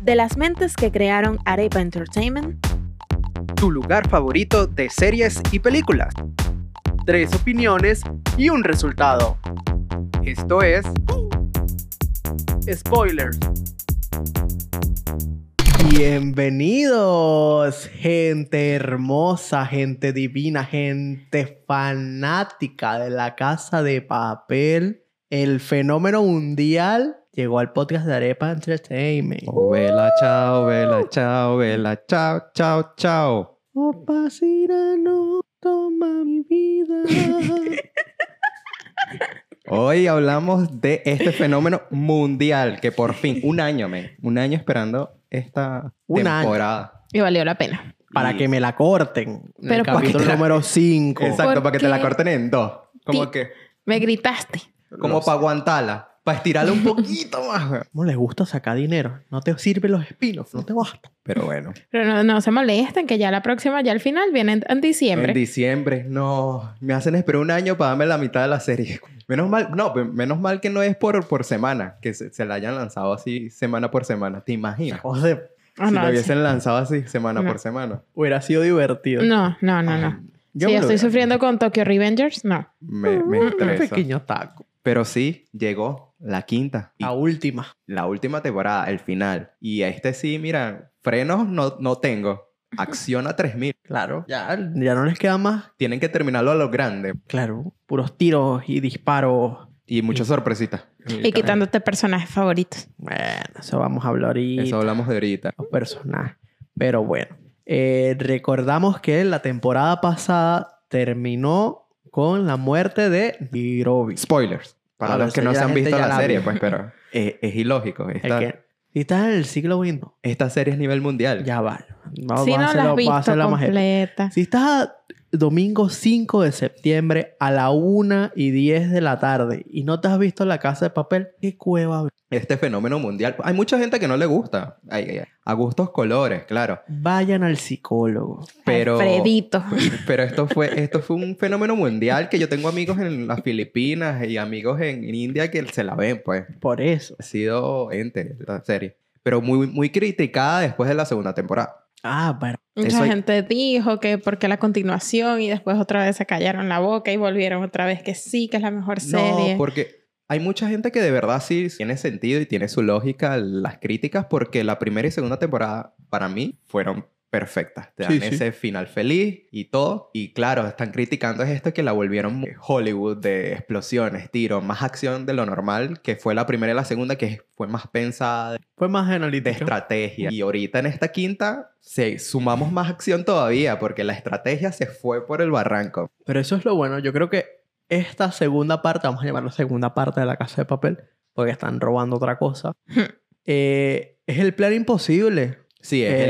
De las mentes que crearon Arepa Entertainment, tu lugar favorito de series y películas. Tres opiniones y un resultado. Esto es Spoilers. Bienvenidos, gente hermosa, gente divina, gente fanática de la casa de papel. El fenómeno mundial llegó al podcast de Arepa Entertainment. Oh. Vela, Uh. chao, vela, chao, vela, chao, chao, chao. Opa, Cirano, toma mi vida. Hoy hablamos de este fenómeno mundial que por fin, un año, men, un año esperando esta Un año. temporada. Y valió la pena. para que me la corten. En el Pero ¿por qué capítulo te la- número 5. Exacto, ¿Por para que te la qué? corten en dos. Como Ti- que, Me gritaste. como para aguantarla, para estirarla un poquito más. weón. ¿Cómo les gusta sacar dinero? No te sirven los espinos, no te basta. Pero bueno, Pero no, no se molesten, que ya la próxima, ya al final, viene en, en diciembre. en diciembre, no, me hacen esperar un año para darme la mitad de la serie. Menos mal, no, pe- menos mal que no es por, por semana, que se, se la hayan lanzado así semana por semana, ¿te imaginas? O sea, Ah, si no, lo sí. hubiesen lanzado así semana No. por semana. hubiera sido divertido. no, no, no, no. Yo si me lo estoy hubiera- sufriendo con Tokyo Revengers, no. Me, me Un estresa. pequeño taco. Pero sí, llegó la quinta. Y La última. la última temporada, el final. Y este sí, mira, frenos no, no tengo. Acciona 3000. Claro. Ya, ya no les queda más. Tienen que terminarlo a lo grande. Claro. Puros tiros y disparos. Y muchas sorpresitas. Y quitándote personajes favoritos. Bueno, eso vamos a hablar ahorita. Eso hablamos de ahorita. Los personajes. Pero bueno. eh, recordamos que la temporada pasada terminó con la muerte de Nairobi. Spoilers. Para Bueno, los que eso no ya se la han gente visto ya la, la serie, vio. pues, pero es, es ilógico. El Esta, que- Si estás en el siglo XXI, esta serie es nivel mundial. ya va. Ah, Vamos si a no la hacerlo- has vamos a visto hacerla más épica. completa. Si estás a domingo 5 de septiembre a la 1 y 10 de la tarde y no te has visto La Casa de Papel, ¿qué cueva? bro? Este fenómeno mundial. Hay mucha gente que no le gusta. Ay, ay, ay. A gustos colores, claro. Vayan al psicólogo. Pero... Alfredito. Pero esto fue, esto fue un fenómeno mundial que yo tengo amigos en las Filipinas y amigos en, en India que se la ven, pues. Por eso. Ha sido ente la serie. Pero muy, muy criticada después de la segunda temporada. Ah, pero Mucha Eso hay- gente dijo que porque la continuación y después otra vez se callaron la boca y volvieron otra vez que sí, que es la mejor serie. No, porque hay mucha gente que de verdad sí tiene sentido y tiene su lógica las críticas porque la primera y segunda temporada para mí fueron perfectas. Te dan Sí, sí. ese final feliz y todo. Y claro, están criticando es esto que la volvieron muy Hollywood de explosiones, tiros, más acción de lo normal que fue la primera y la segunda que fue más pensada fue más de analítica. estrategia. Y ahorita en esta quinta se sumamos más acción todavía porque la estrategia se fue por el barranco. Pero eso es lo bueno. Yo creo que esta segunda parte, vamos a llamarla segunda parte de La Casa de Papel, porque están robando otra cosa. eh, es el plan imposible. Sí, es el- el-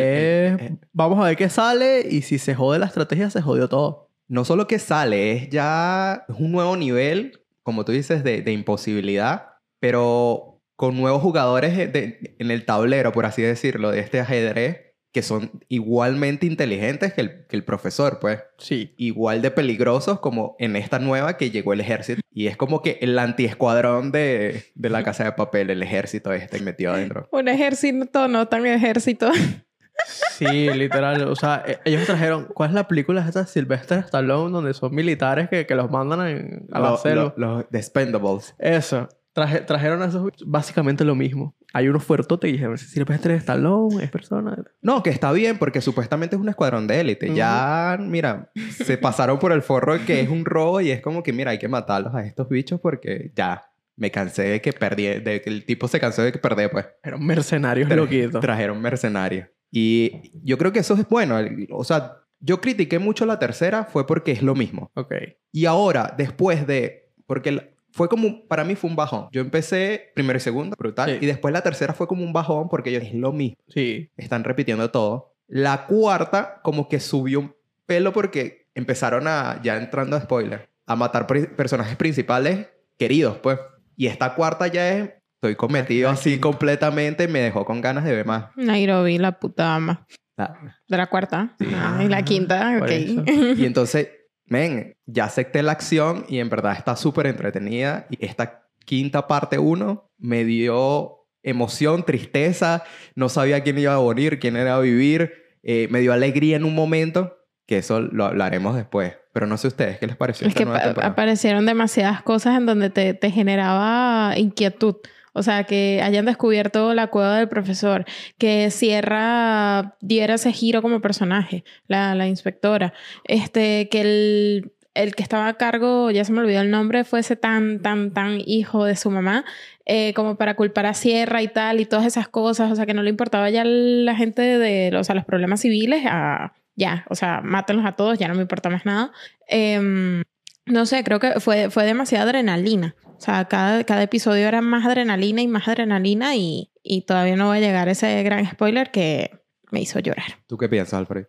Es, el- Vamos a ver qué sale y si se jode la estrategia, se jodió todo. no solo que sale, es ya un nuevo nivel, como tú dices, de, de imposibilidad, pero con nuevos jugadores de- de- en el tablero, por así decirlo, de este ajedrez, que son igualmente inteligentes que el, que el profesor, pues. Sí. Igual de peligrosos como en esta nueva que llegó el ejército. Y es como que el antiescuadrón de, de la casa de papel, el ejército este metido adentro. Un ejército, no tan ejército. Sí, literal. O sea, e- ellos trajeron. ¿Cuál es la película esa Sylvester Stallone donde son militares que, que los mandan en- a la Lo- selva? lo- los Despendables. Eso. Traje- trajeron a esos bichos, básicamente lo mismo. Hay unos fuertotes y dijeron: Sylvester Stallone es persona. No, que está bien porque supuestamente es un escuadrón de élite. Ujú. Ya, mira, se pasaron por el forro que es un robo y es como que, mira, hay que matarlos a estos bichos porque ya me cansé de que perdí, de que el tipo se cansó de que perder, pues. Eran mercenarios Tra- loquitos. Trajeron mercenarios. Y yo creo que eso es bueno. El- O sea, yo critiqué mucho la tercera fue porque es lo mismo. Ok. Y ahora, después de, porque la- fue como, para mí fue un bajón. Yo empecé primero y segundo, brutal. Sí. Y después la tercera fue como un bajón porque yo, es lo mismo Sí. están repitiendo todo. La cuarta como que subió un pelo porque empezaron a, ya entrando a spoiler, a matar pri- personajes principales queridos, pues. Y esta cuarta ya es, estoy cometido así completamente, me dejó con ganas de ver más. Nairobi, la puta ama. La- De la cuarta. Sí. Ah, y la quinta, Por eso. ok. Y entonces, men, ya acepté la acción y en verdad está súper entretenida. Y esta quinta parte uno me dio emoción, tristeza, no sabía quién iba a morir, quién era a vivir, eh, me dio alegría en un momento, que eso lo hablaremos después. Pero no sé ustedes, ¿qué les pareció? Es esta que nueva pa- temporada? aparecieron demasiadas cosas en donde te, te generaba inquietud. O sea, que hayan descubierto la cueva del profesor, que Sierra diera ese giro como personaje, la, la inspectora. Este, que el, el que estaba a cargo, ya se me olvidó el nombre, fuese tan, tan, tan hijo de su mamá, eh, como para culpar a Sierra y tal, y todas esas cosas. O sea, que no le importaba ya la gente de, o sea, los problemas civiles, a, ya, o sea, mátenlos a todos, ya no me importa más nada. Em, no sé, creo que fue, fue demasiada adrenalina. O sea, cada, cada episodio era más adrenalina y más adrenalina y, y todavía no va a llegar ese gran spoiler que me hizo llorar. ¿Tú qué piensas, Alfred?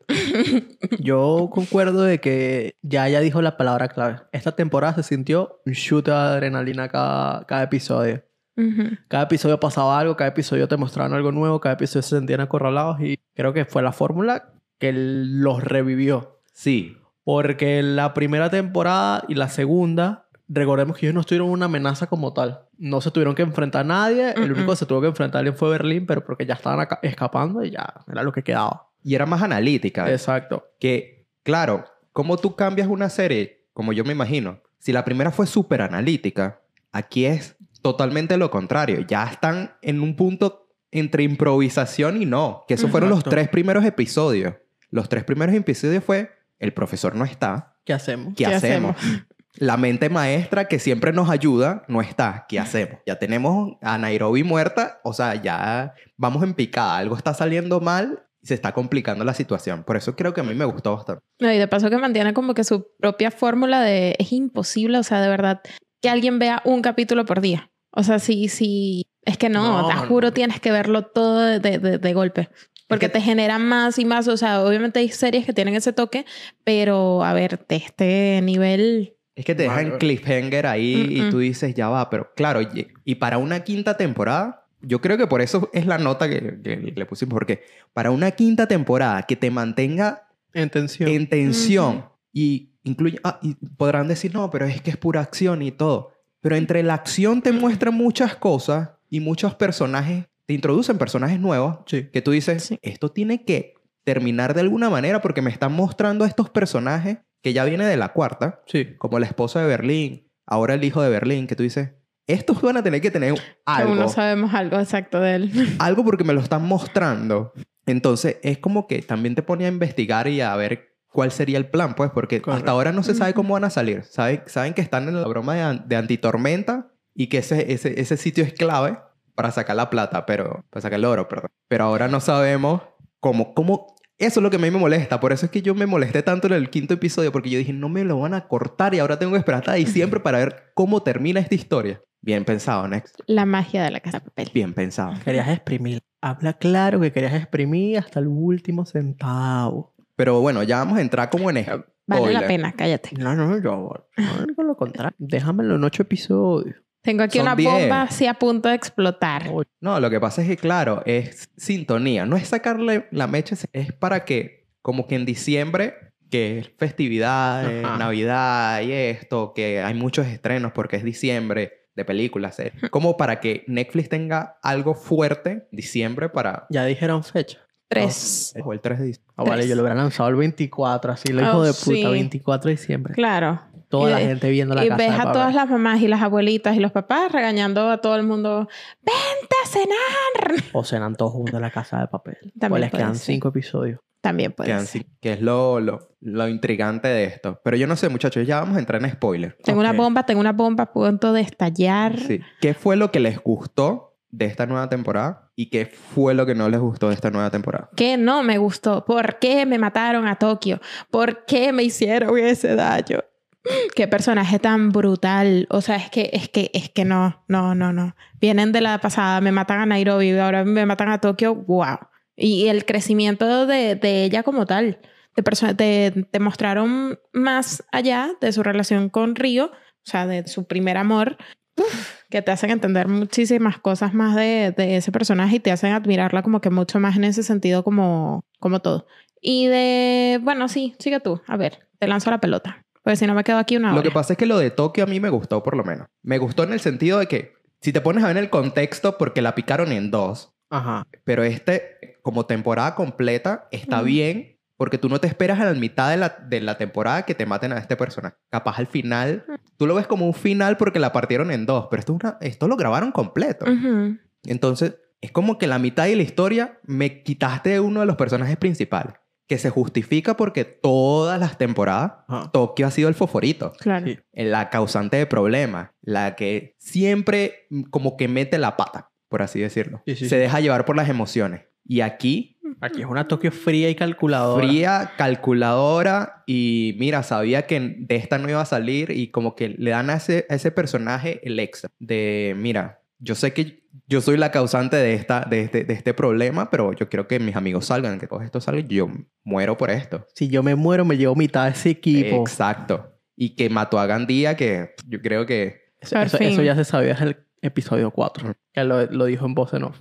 Yo concuerdo de que ya ya dijo la palabra clave. Esta temporada se sintió un shoot de adrenalina cada, cada episodio. Ujú. Cada episodio pasaba algo, cada episodio te mostraban algo nuevo, cada episodio se sentían acorralados y creo que fue la fórmula que los revivió. Sí. Porque la primera temporada y la segunda, recordemos que ellos no tuvieron una amenaza como tal. No se tuvieron que enfrentar a nadie. El Mm-mm. único que se tuvo que enfrentar a alguien fue Berlín, pero porque ya estaban aca- escapando y ya era lo que quedaba. Y era más analítica. Exacto. que, claro, como tú cambias una serie, como yo me imagino, si la primera fue súper analítica, aquí es totalmente lo contrario. Ya están en un punto entre improvisación y no. Que esos fueron los Exacto. tres primeros episodios. Los tres primeros episodios fue, el profesor no está, ¿Qué hacemos? ¿qué, ¿Qué hacemos? hacemos? La mente maestra que siempre nos ayuda no está, ¿qué hacemos? Ya tenemos a Nairobi muerta, o sea, ya vamos en picada, algo está saliendo mal y se está complicando la situación. Por eso creo que a mí me gustó bastante. No, y de paso que mantiene como que su propia fórmula de es imposible, o sea, de verdad, que alguien vea un capítulo por día. O sea, sí, sí, es que no, No, te no. juro, tienes que verlo todo de, de- de- de golpe. Porque que- te genera más y más. O sea, obviamente hay series que tienen ese toque, pero a ver, de este nivel. Es que te dejan Vale. cliffhanger ahí y Mm-mm. tú dices, ya va, pero claro, y, y para una quinta temporada, yo creo que por eso es la nota que, que le pusimos, porque para una quinta temporada que te mantenga En tensión. en tensión Ujú. y incluye, ah, y podrán decir, no, pero es que es pura acción y todo, pero entre la acción te muestran muchas cosas y muchos personajes, te introducen personajes nuevos Sí. que tú dices, Sí. esto tiene que terminar de alguna manera porque me están mostrando a estos personajes que ya viene de la cuarta Sí. como la esposa de Berlín, ahora el hijo de Berlín, que tú dices, estos van a tener que tener Aún no algo, sabemos algo exacto de él. algo porque me lo están mostrando. Entonces es como que también te pone a investigar y a ver cuál sería el plan, pues, porque hasta Correcto. ahora no se sabe Ujú. cómo van a salir. Sabe- saben que están en la broma de, an- de antitormenta y que ese, ese, ese sitio es clave para sacar la plata, pero para sacar el oro, perdón. Pero ahora no sabemos cómo, cómo... Eso es lo que a mí me molesta. Por eso es que yo me molesté tanto en el quinto episodio, porque yo dije, no me lo van a cortar y ahora tengo que esperar hasta diciembre para ver cómo termina esta historia. Bien pensado, Next. La magia de la casa de papel. Bien pensado. Querías exprimir. Habla claro que querías exprimir hasta el último centavo. Pero bueno, ya vamos a entrar como en eso. Vale Spoiler. la pena, cállate. No, no, yo. No digo lo contrario. Déjamelo en ocho episodios. Tengo aquí Son una 10. bomba así a punto de explotar. Ocho. No, lo que pasa es que, claro, es sintonía. No es sacarle la mecha, es- es para que, como que en diciembre, que es festividad, eh, Ajá. Navidad y esto, que hay muchos estrenos porque es diciembre de películas, eh, como para que Netflix tenga algo fuerte en diciembre para... Ya dijeron fecha. Tres. O el 3 de diciembre. Ah, vale, Tres. yo lo hubiera lanzado el 24, así lo hijo Oh, de puta, sí. 24 de diciembre. Claro. Toda Y la de- gente viendo la Y casa. ves de a papel. todas las mamás y las abuelitas y los papás regañando a todo el mundo, vente a cenar. O cenan todos juntos en la casa de papel. También o les puede quedan ser. cinco episodios. También puede Que, han- ser. que es lo, lo, lo intrigante de esto. Pero yo no sé, muchachos, ya vamos a entrar en spoiler. Tengo Ok. una bomba, tengo una bomba a punto de estallar. Sí. ¿Qué fue lo que les gustó de esta nueva temporada y qué fue lo que no les gustó de esta nueva temporada? ¿Qué no me gustó? ¿Por qué me mataron a Tokio? ¿Por qué me hicieron ese daño? Qué personaje tan brutal. O sea, es que, es que, es que no, no, no, no. Vienen de la pasada, me matan a Nairobi, ahora me matan a Tokio, wow. Y el crecimiento de, de ella como tal. Te, perso- te- te mostraron más allá de su relación con Río, o sea, de su primer amor, uf, que te hacen entender muchísimas cosas más de, de ese personaje y te hacen admirarla como que mucho más en ese sentido como, como todo. Y de, bueno, sí, sigue tú. A ver, te lanzo la pelota. Porque si no me quedo aquí una hora. Lo que pasa es que lo de Tokio a mí me gustó, por lo menos. Me gustó en el sentido de que si te pones a ver el contexto, porque la picaron en dos, Ajá. pero este, como temporada completa, está Ujú. bien porque tú no te esperas a la mitad de la, de la temporada que te maten a este personaje. Capaz al final, tú lo ves como un final porque la partieron en dos, pero esto, es una- esto lo grabaron completo. Ujú. Entonces, es como que la mitad de la historia me quitaste de uno de los personajes principales, que se justifica porque todas las temporadas Ajá. Tokio ha sido el favorito Claro. Sí. la causante de problemas, la que siempre mm, como que mete la pata, por así decirlo. Sí, sí, Se sí. deja llevar por las emociones. Y aquí, Aquí es una Tokio fría y calculadora. fría, calculadora y mira, sabía que de esta no iba a salir y como que le dan a ese, a ese personaje el extra de, mira, yo sé que yo soy la causante de, esta, de, este, de este problema, pero yo quiero que mis amigos salgan, que todos estos salgan, yo muero por esto. Si yo me muero, me llevo mitad de ese equipo. Exacto. Y que mató a Gandía, que pff, yo creo que Eso, Al eso- fin. eso ya se sabía en el episodio 4. Ujú. Que lo, lo dijo en voz en off.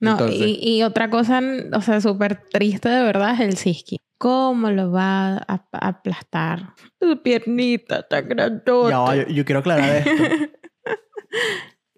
No, Entonces- y, y otra cosa, o sea, súper triste de verdad es el Siski. ¿Cómo lo va a ap- aplastar? Su piernita tan grandota. Ya va, yo, yo quiero aclarar esto.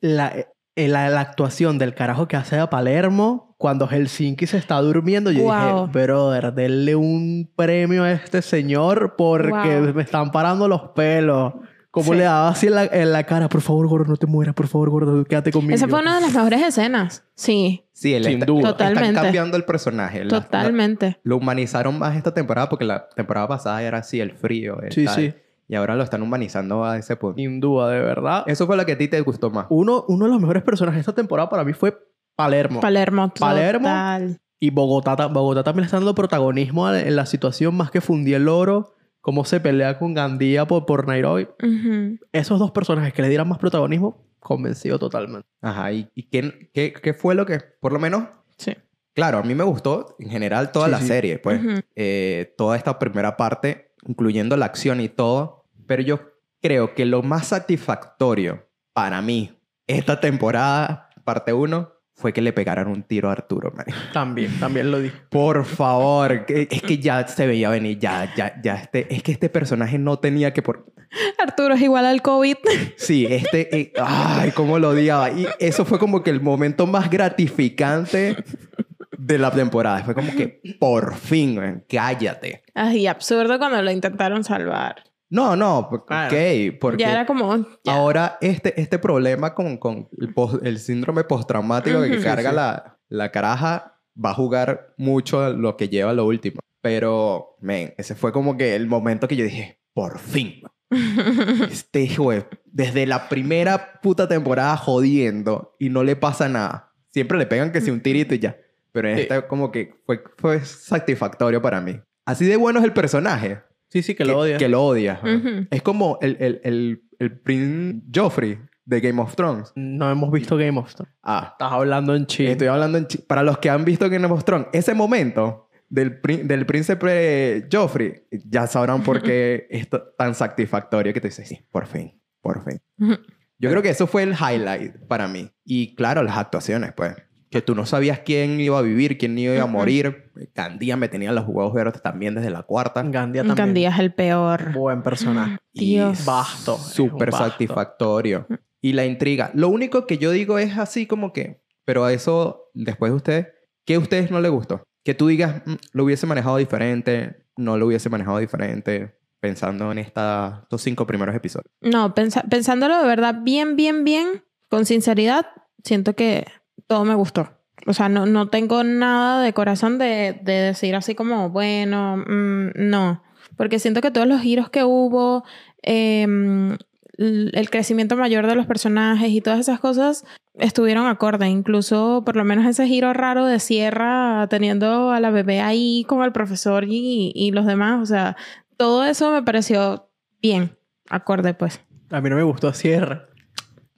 la, eh, la, la actuación del carajo que hace a Palermo cuando Helsinki se está durmiendo, yo Guau. dije, brother, denle un premio a este señor porque Guau. me están parando los pelos. Como Sí. le daba así en la, en la cara, por favor, gordo, no te mueras, por favor, gordo, quédate conmigo. Esa fue una de las mejores escenas. Sí, Sí, el Sin esta- duda. Totalmente. Están cambiando el personaje. La- totalmente. lo humanizaron más esta temporada porque la temporada pasada era así, el frío. el Sí, tal, sí, Y ahora lo están humanizando a ese punto. sin duda, de verdad. Eso fue lo que a ti te gustó más. Uno, uno de los mejores personajes de esta temporada para mí fue Palermo. Palermo. Palermo. total. Y Bogotá, ta- Bogotá también está dando protagonismo a- en la situación más que fundí el oro, cómo se pelea con Gandía por, por Nairobi. Ujú. Esos dos personajes que le dieran más protagonismo, convencido totalmente. Ajá. ¿Y, y quién- qué, qué fue lo que, por lo menos, Sí. claro, a mí me gustó en general toda Sí, la sí. serie, pues, Ujú. eh, toda esta primera parte, incluyendo la acción y todo. Pero yo creo que lo más satisfactorio para mí esta temporada, parte 1, fue que le pegaran un tiro a Arturo, man. También, también lo dije. Por favor, que- es que ya se veía venir, ya, ya, ya, este, es que este personaje no tenía que por... Arturo es igual al COVID. Sí, este, eh, ay, cómo lo odiaba. Y eso fue como que el momento más gratificante de la temporada. Fue como que, por fin, man, cállate. Ay, absurdo cuando lo intentaron salvar. No, no, ok, porque... Ya era como... ya. Ahora, este, este problema con, con el, pos- el síndrome postraumático que Ujú. carga La, la caraja va a jugar mucho lo que lleva a lo último. Pero, men, ese fue como que el momento que yo dije, por fin. Este hijo de- desde la primera puta temporada jodiendo y no le pasa nada. Siempre le pegan que si un tirito y ya. Pero en Sí. esta como que fue, fue satisfactorio para mí. Así de bueno es el personaje. Sí, sí, que lo odia. Que lo odias. ¿no? Ujú. Es como el, el, el, el Prince Joffrey de Game of Thrones. No hemos visto Game of Thrones. Ah, Estás hablando en chino. estoy hablando en chi- Para los que han visto Game of Thrones, ese momento del, prin- del príncipe Joffrey, ya sabrán por qué es t- tan satisfactorio que te dices, sí, por fin, por fin. Ujú. Yo creo que eso fue el highlight para mí. Y claro, las actuaciones, pues. Que tú no sabías quién iba a vivir, quién iba a Ujú. morir. Candía me tenía los huevos verdes también desde la cuarta. Gandía también. Gandía es el peor. Buen personaje. Dios. Y Basto. es un Súper basto. satisfactorio. Y la intriga. Lo único que yo digo es así como que, pero a eso después de ustedes, ¿qué a ustedes no les gustó? Que tú digas, "Mm, lo hubiese manejado diferente, no lo hubiese manejado diferente, pensando en esta, estos cinco primeros episodios. No, pensa- pensándolo de verdad bien, bien, bien, con sinceridad, siento que todo me gustó. O sea, no, no tengo nada de corazón de, de decir así como, bueno, mm, no. Porque siento que todos los giros que hubo, em, l- el crecimiento mayor de los personajes y todas esas cosas estuvieron acorde. Incluso, por lo menos, ese giro raro de Sierra teniendo a la bebé ahí con el profesor y, y los demás. O sea, todo eso me pareció bien, acorde, pues. A mí no me gustó Sierra.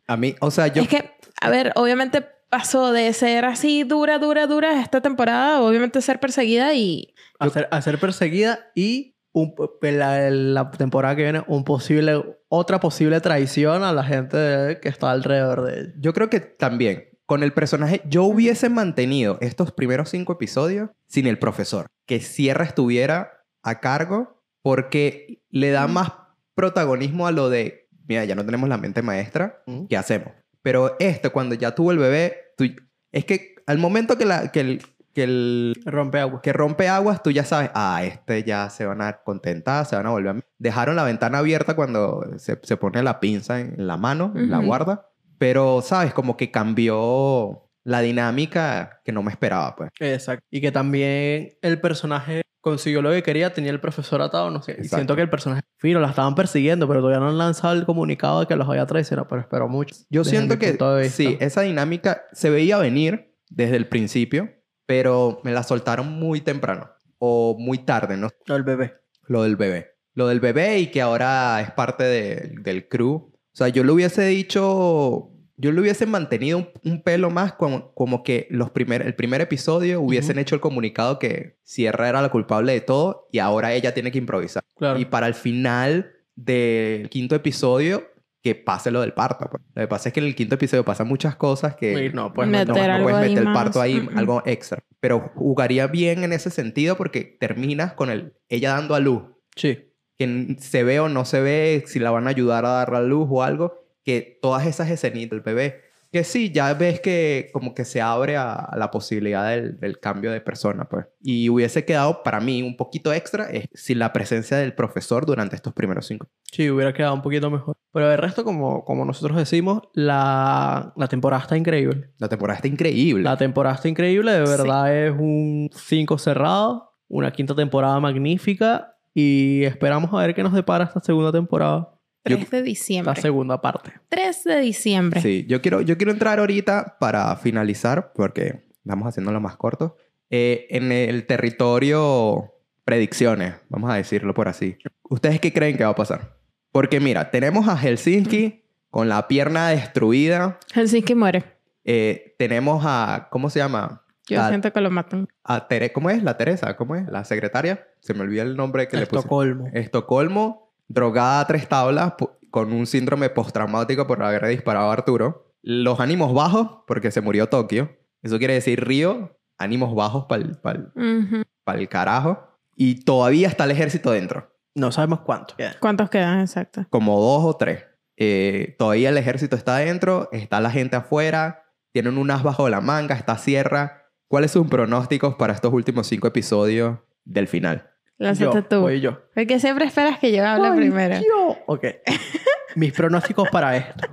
A mí, o sea, yo... Es que, a ver, obviamente pasó de ser así dura, dura, dura esta temporada, obviamente ser perseguida y A ser, a ser perseguida y un, la, la temporada que viene, un posible, otra posible traición a la gente de- que está alrededor de ella. Yo creo que también, con el personaje, yo hubiese mantenido estos primeros cinco episodios sin el profesor. Que Sierra estuviera a cargo porque le da más protagonismo a lo de, mira, ya no tenemos la mente maestra, Mm. ¿qué hacemos? Pero este, cuando ya tuvo el bebé, tú- es que al momento que, la, que, el, que, el, Rompe agua. que rompe aguas, tú ya sabes, ah, este ya se van a contentar, se van a volver a... Dejaron la ventana abierta cuando se, se pone la pinza en la mano, en la Ujú. guarda. Pero, ¿sabes? Como que cambió la dinámica que no me esperaba, pues. Exacto. Y que también el personaje consiguió lo que quería, tenía el profesor atado, no sé. Y Exacto. siento que el personaje. Fino, la estaban persiguiendo, pero todavía no han lanzado el comunicado de que los había traicionado, pero espero mucho. Yo desde siento mi que punto de vista. sí, esa dinámica se veía venir desde el principio, pero me la soltaron muy temprano o muy tarde, ¿no? El bebé. Lo del bebé. Lo del bebé y que ahora es parte de- del crew. O sea, yo le hubiese dicho, yo le hubiese mantenido un, un pelo más como, como que los primer, el primer episodio hubiesen hecho el comunicado que Sierra era la culpable de todo y ahora ella tiene que improvisar. Claro. Y para el final del quinto episodio, que pase lo del parto. pues. Lo que pasa es que en el quinto episodio pasan muchas cosas que Y no, pues Me- no. no, Meter no algo puedes ahí meter el más. parto ahí, Mm-mm. algo extra. Pero jugaría bien en ese sentido porque terminas con el, ella dando a luz. Sí. Que n- se ve o no se ve, si la van a ayudar a dar a luz o algo. Que todas esas escenitas del bebé. Que sí, ya ves que como que se abre a, a la posibilidad del, del cambio de persona, pues. Y hubiese quedado para mí un poquito extra eh, sin la presencia del profesor durante estos primeros cinco. Sí, hubiera quedado un poquito mejor. Pero el resto, como, como nosotros decimos, la, la temporada está increíble. La temporada está increíble. La temporada está increíble, de Sí. verdad es un 5 cerrado, una quinta temporada magnífica y esperamos a ver qué nos depara esta segunda temporada, 3 Yo- de esta diciembre. segunda parte. 3 de diciembre. Sí, yo quiero, yo quiero entrar ahorita para finalizar, porque vamos haciéndolo más corto, eh, en el territorio predicciones, vamos a decirlo por así. ¿Ustedes qué creen que va a pasar? Porque mira, tenemos a Helsinki con la pierna destruida, Helsinki muere. eh, tenemos a, ¿cómo se llama? Yo Ah. siento que lo matan. A Tere- ¿Cómo es? La Teresa, ¿cómo es? La secretaria, se me olvidó el nombre que le puse. Estocolmo. Estocolmo, drogada a tres tablas po- con un síndrome postraumático por haber disparado a Arturo. Los ánimos bajos porque se murió Tokio. Eso quiere decir Río, ánimos bajos para el, Ujú. carajo. Y todavía está el ejército dentro, No sabemos cuánto. ¿Cuántos quedan? Exacto. como dos o tres. Eh, todavía el ejército está dentro, está la gente afuera, tienen un as bajo la manga, está Sierra. ¿Cuáles son sus pronósticos para estos últimos cinco episodios del final? Lánzate yo, tú. voy yo. Porque siempre esperas que yo hable Ay, primero. yo. Ok. Mis pronósticos para esto.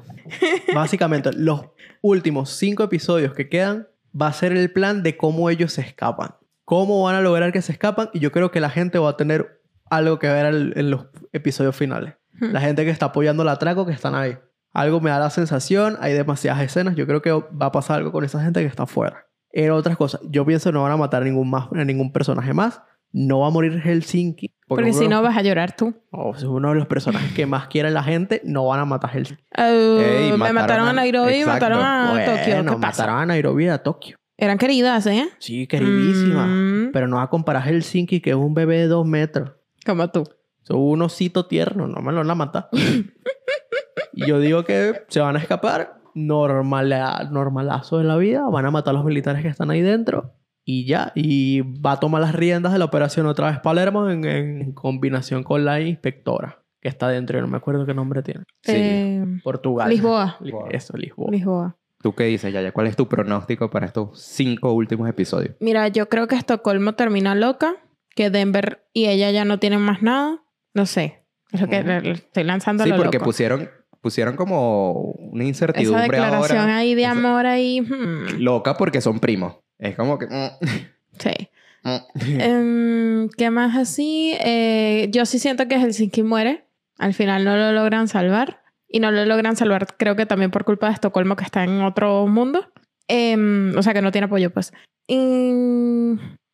Básicamente, los últimos cinco episodios que quedan va a ser el plan de cómo ellos se escapan. Cómo van a lograr que se escapan. Y yo creo que la gente va a tener algo que ver al- en los episodios finales. La gente que está apoyando el atraco, que están ahí. Algo me da la sensación, hay demasiadas escenas. Yo creo que va a pasar algo con esa gente que está afuera. En otras cosas, yo pienso que no van a matar ningún más, a ningún personaje más. No va a morir Helsinki. Porque si uno- no vas a llorar tú. o sea, uno de los personajes que más quiere la gente, no van a matar a Helsinki. Ah, Ey, me mataron mataron a a- Nairobi y Exacto. mataron a Ah, Tokio. Bueno, ¿Qué pasa? mataron a Nairobi y a Tokio. Eran queridas, ¿eh? Sí, queridísima. Mm, Pero no va a comparar a Helsinki, que es un bebé de dos metros. como tú. Es un osito tierno, no me lo van a matar. Y yo digo que se van a escapar, normal, normalazo de la vida, van a matar a los militares que están ahí dentro y ya. Y va a tomar las riendas de la operación otra vez Palermo en, en combinación con la inspectora que está dentro, yo no me acuerdo qué nombre tiene. Eh, Portugal. Lisboa. Li- Eso, Oh. Lisboa. Lisboa. ¿Tú qué dices, Yaya? ¿Cuál es tu pronóstico para estos cinco últimos episodios? Mira, yo creo que Estocolmo termina loca, que Denver y ella ya no tienen más nada. No sé. Es lo que Mm. le- le estoy lanzando Sí, lo porque loco. pusieron, pusieron como una Esa incertidumbre declaración ahora. ahí de Esa- amor ahí. hmm, Loca porque son primos. Es como que... mm, sí. mm. Em, ¿Qué más así? Eh, yo sí siento que Helsinki muere. Al final no lo logran salvar. Y no lo logran salvar, creo que también por culpa de Estocolmo, que está en otro mundo. Em, o sea, que no tiene apoyo, pues. Y,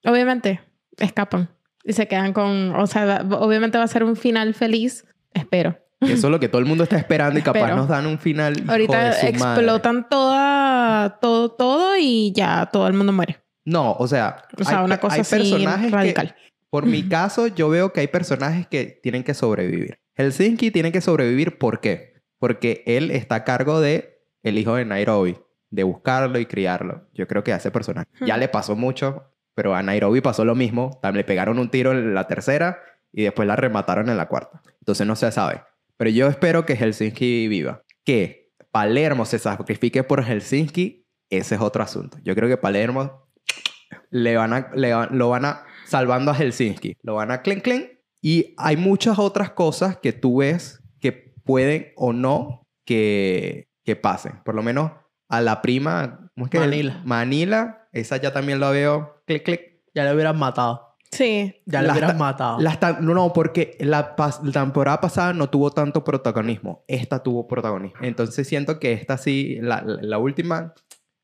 obviamente, escapan. Y se quedan con... O sea, va- obviamente va a ser un final feliz. Espero. Eso es lo que todo el mundo está esperando y capaz Espero. nos dan un final. hijo de Ahorita su madre. explotan toda... Todo, todo y ya todo el mundo muere. No, o sea, O sea, hay, una pe- cosa hay así personajes que- radical. por mi caso, yo veo que hay personajes que tienen que sobrevivir. Helsinki tiene que sobrevivir, ¿por qué? Porque él está a cargo de el hijo de Nairobi, de buscarlo y criarlo. Yo creo que a ese personaje ya Ujú. le pasó mucho, pero a Nairobi pasó lo mismo. También le pegaron un tiro en la tercera y después la remataron en la cuarta. Entonces no se sabe. Pero yo espero que Helsinki viva. Que pa- Palermo se sacrifique por Helsinki, ese es otro asunto. Yo creo que Palermo le van a, le van- lo van a salvando a Helsinki, lo van a clen clen. Y hay muchas otras cosas que tú ves que pueden o no que, que pasen. Por lo menos a la prima, ¿cómo es que? Manila. Manila, esa ya también la veo clic clic. Ya le hubieran matado. Sí. Ya le Las hubieran ta- matado. Las tan- no, no, porque la, pas- la temporada pasada no tuvo tanto protagonismo. Esta tuvo protagonismo. Entonces siento que esta sí, la, la- la última,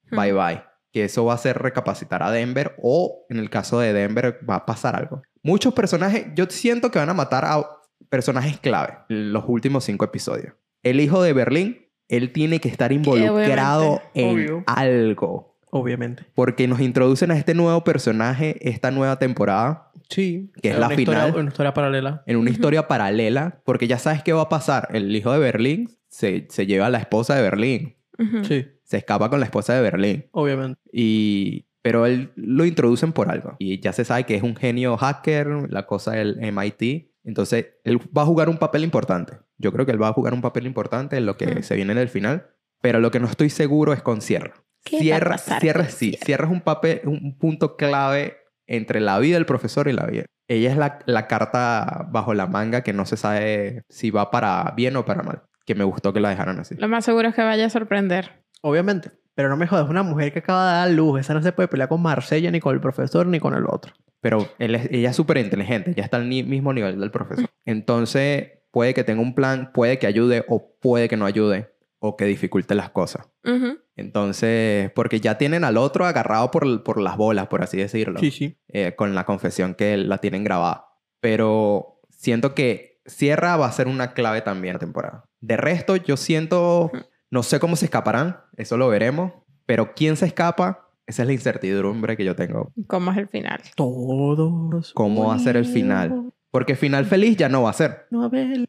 Hmm. bye bye. Que eso va a hacer recapacitar a Denver o en el caso de Denver va a pasar algo. Muchos personajes, yo siento que van a matar a personajes clave en los últimos cinco episodios. El hijo de Berlín, él tiene que estar involucrado en obvio. algo. Obviamente. Porque nos introducen a este nuevo personaje, esta nueva temporada Sí. Que es la una historia- final. una historia paralela. en una Ujú. historia paralela, porque ya sabes qué va a pasar. El hijo de Berlín se, se lleva a la esposa de Berlín, Ujú. Mm. Sí. se escapa con la esposa de Berlín, Obviamente. y, pero él lo introducen por algo. Y ya se sabe que es un genio hacker, la cosa del MIT. Entonces, él va a jugar un papel importante. Yo creo que él va a jugar un papel importante en lo que Ujú. se viene en el final, pero lo que no estoy seguro es con Sierra. ¿Qué va a Sierra, pasar Sierra con sí, Sierra? Sierra es un papel, un punto clave entre la vida del profesor y la vida. Ella es la, la carta bajo la manga que no se sabe si va para bien o para mal. Que me gustó que la dejaran así. Lo más seguro es que vaya a sorprender. Obviamente. Pero no me jodas, una mujer que acaba de dar luz. Esa no se puede pelear con Marsella, ni con el profesor, ni con el otro. Pero él es- ella es súper inteligente, ya está al ni- mismo nivel del profesor. Entonces, puede que tenga un plan, puede que ayude o puede que no ayude o que dificulte las cosas. Ujú. Entonces, porque ya tienen al otro agarrado por, por las bolas, por así decirlo. sí. eh, con la confesión que la tienen grabada. Pero siento que Sierra va a ser una clave también la temporada. De resto, yo siento, no sé cómo se escaparán, eso lo veremos, pero quién se escapa, esa es la incertidumbre que yo tengo. ¿Cómo es el final? Todos. ¿Cómo va a ser el final? Porque final feliz ya no va a ser. No, a ver.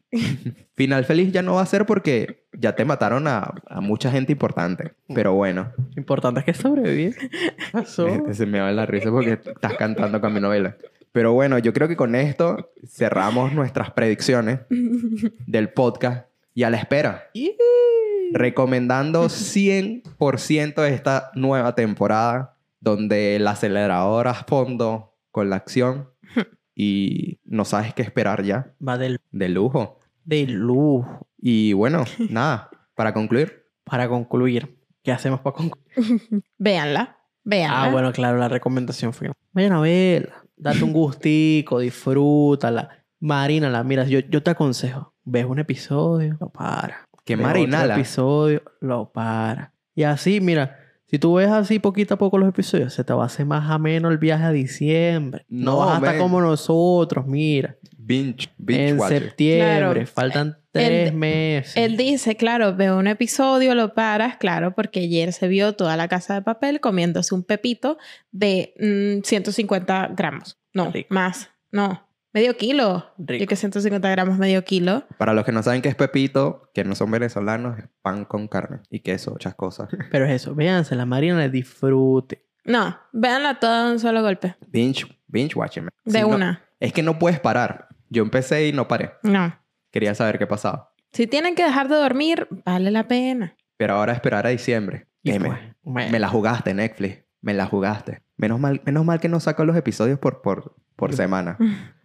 Final feliz ya no va a ser porque ya te mataron a, a mucha gente importante. Pero bueno, Lo importante es que sobrevive. Pasó. se me va la risa porque estás cantando Camino Vela. Pero bueno, yo creo que con esto cerramos nuestras predicciones. del podcast y a la espera. Recomendando 100% esta nueva temporada donde la aceleradora a fondo con la acción y no sabes qué esperar ya. Va del, De lujo. de lujo. Y bueno, nada, para concluir. Para concluir, ¿qué hacemos para concluir? Véanla. Véanla. Ah, bueno, claro, la recomendación fue. Vayan a verla, date un gustico, disfrútala, marínala. Mira, yo, yo te aconsejo, ves un episodio, lo para. Que Ves otro marinala. episodio, lo para. Y así, mira, si tú ves así poquito a poco los episodios, se te va a hacer más ameno el viaje a diciembre. No, No, vas a estar men. como nosotros, mira. Binge, binge En watcher. septiembre, Claro. faltan tres Él- meses. Él dice, claro, veo un episodio, lo paras, claro, porque ayer se vio toda la casa de papel comiéndose un pepito de mm, 150 gramos. No, Rico. más. No, medio kilo. Rico. Yo que 150 gramos, medio kilo. Para los que no saben qué es Pepito, que no son venezolanos, es pan con carne y queso, muchas cosas. Pero es eso, véanse, la marina disfrute. No, véanla toda de un solo golpe. Binge, binge watching. man. Si De no- una. es que no puedes parar. Yo empecé y no paré. No. Quería saber qué pasaba. Si tienen que dejar de dormir, vale la pena. Pero ahora esperar a diciembre. Y Dime, pues, bueno. me la jugaste, Netflix. Me la jugaste. Menos mal, menos mal que no sacó los episodios por, por, por semana.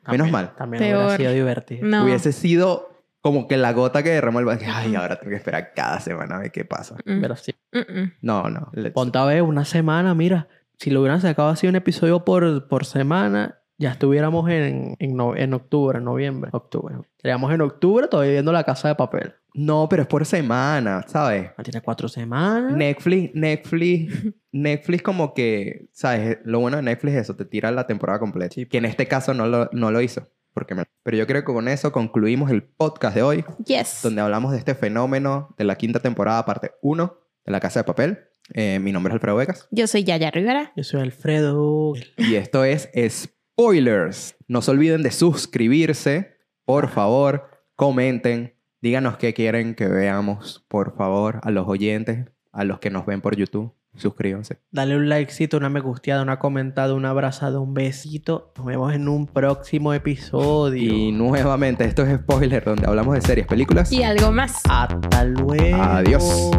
Menos mal. También Peor. hubiera sido divertido. No. Hubiese sido como que la gota que derramó el vaso. Ay, ahora tengo que esperar cada semana a ver qué pasa. Mm, Pero sí. mm, mm. No, no. Let's- Ponte a ver, una semana, mira. Si lo hubieran sacado así un episodio por, por semana, ya estuviéramos en, en, no- en octubre, noviembre, octubre. Estaríamos en octubre todavía viendo la casa de papel. No, pero es por semana, ¿sabes? Ah, Tiene cuatro semanas. Netflix, Netflix, Netflix como que, ¿sabes? Lo bueno de Netflix es eso, te tira la temporada completa. Que en este caso no lo, no lo hizo. Porque me- Pero yo creo que con eso concluimos el podcast de hoy. Yes. donde hablamos de este fenómeno de la quinta temporada, parte 1 de La Casa de Papel. Eh, mi nombre es Alfredo Vegas Yo soy Yaya Rivera. Yo soy Alfredo. y esto es Spoilers. No se olviden de suscribirse, por favor, comenten, díganos qué quieren que veamos, por favor, a los oyentes, a los que nos ven por YouTube. Suscríbanse. Dale un likecito, una me gusteada, una comentada, un abrazado, un besito. Nos vemos en un próximo episodio. Y nuevamente, esto es Spoiler, donde hablamos de series, películas. Y algo más. Hasta luego. Adiós.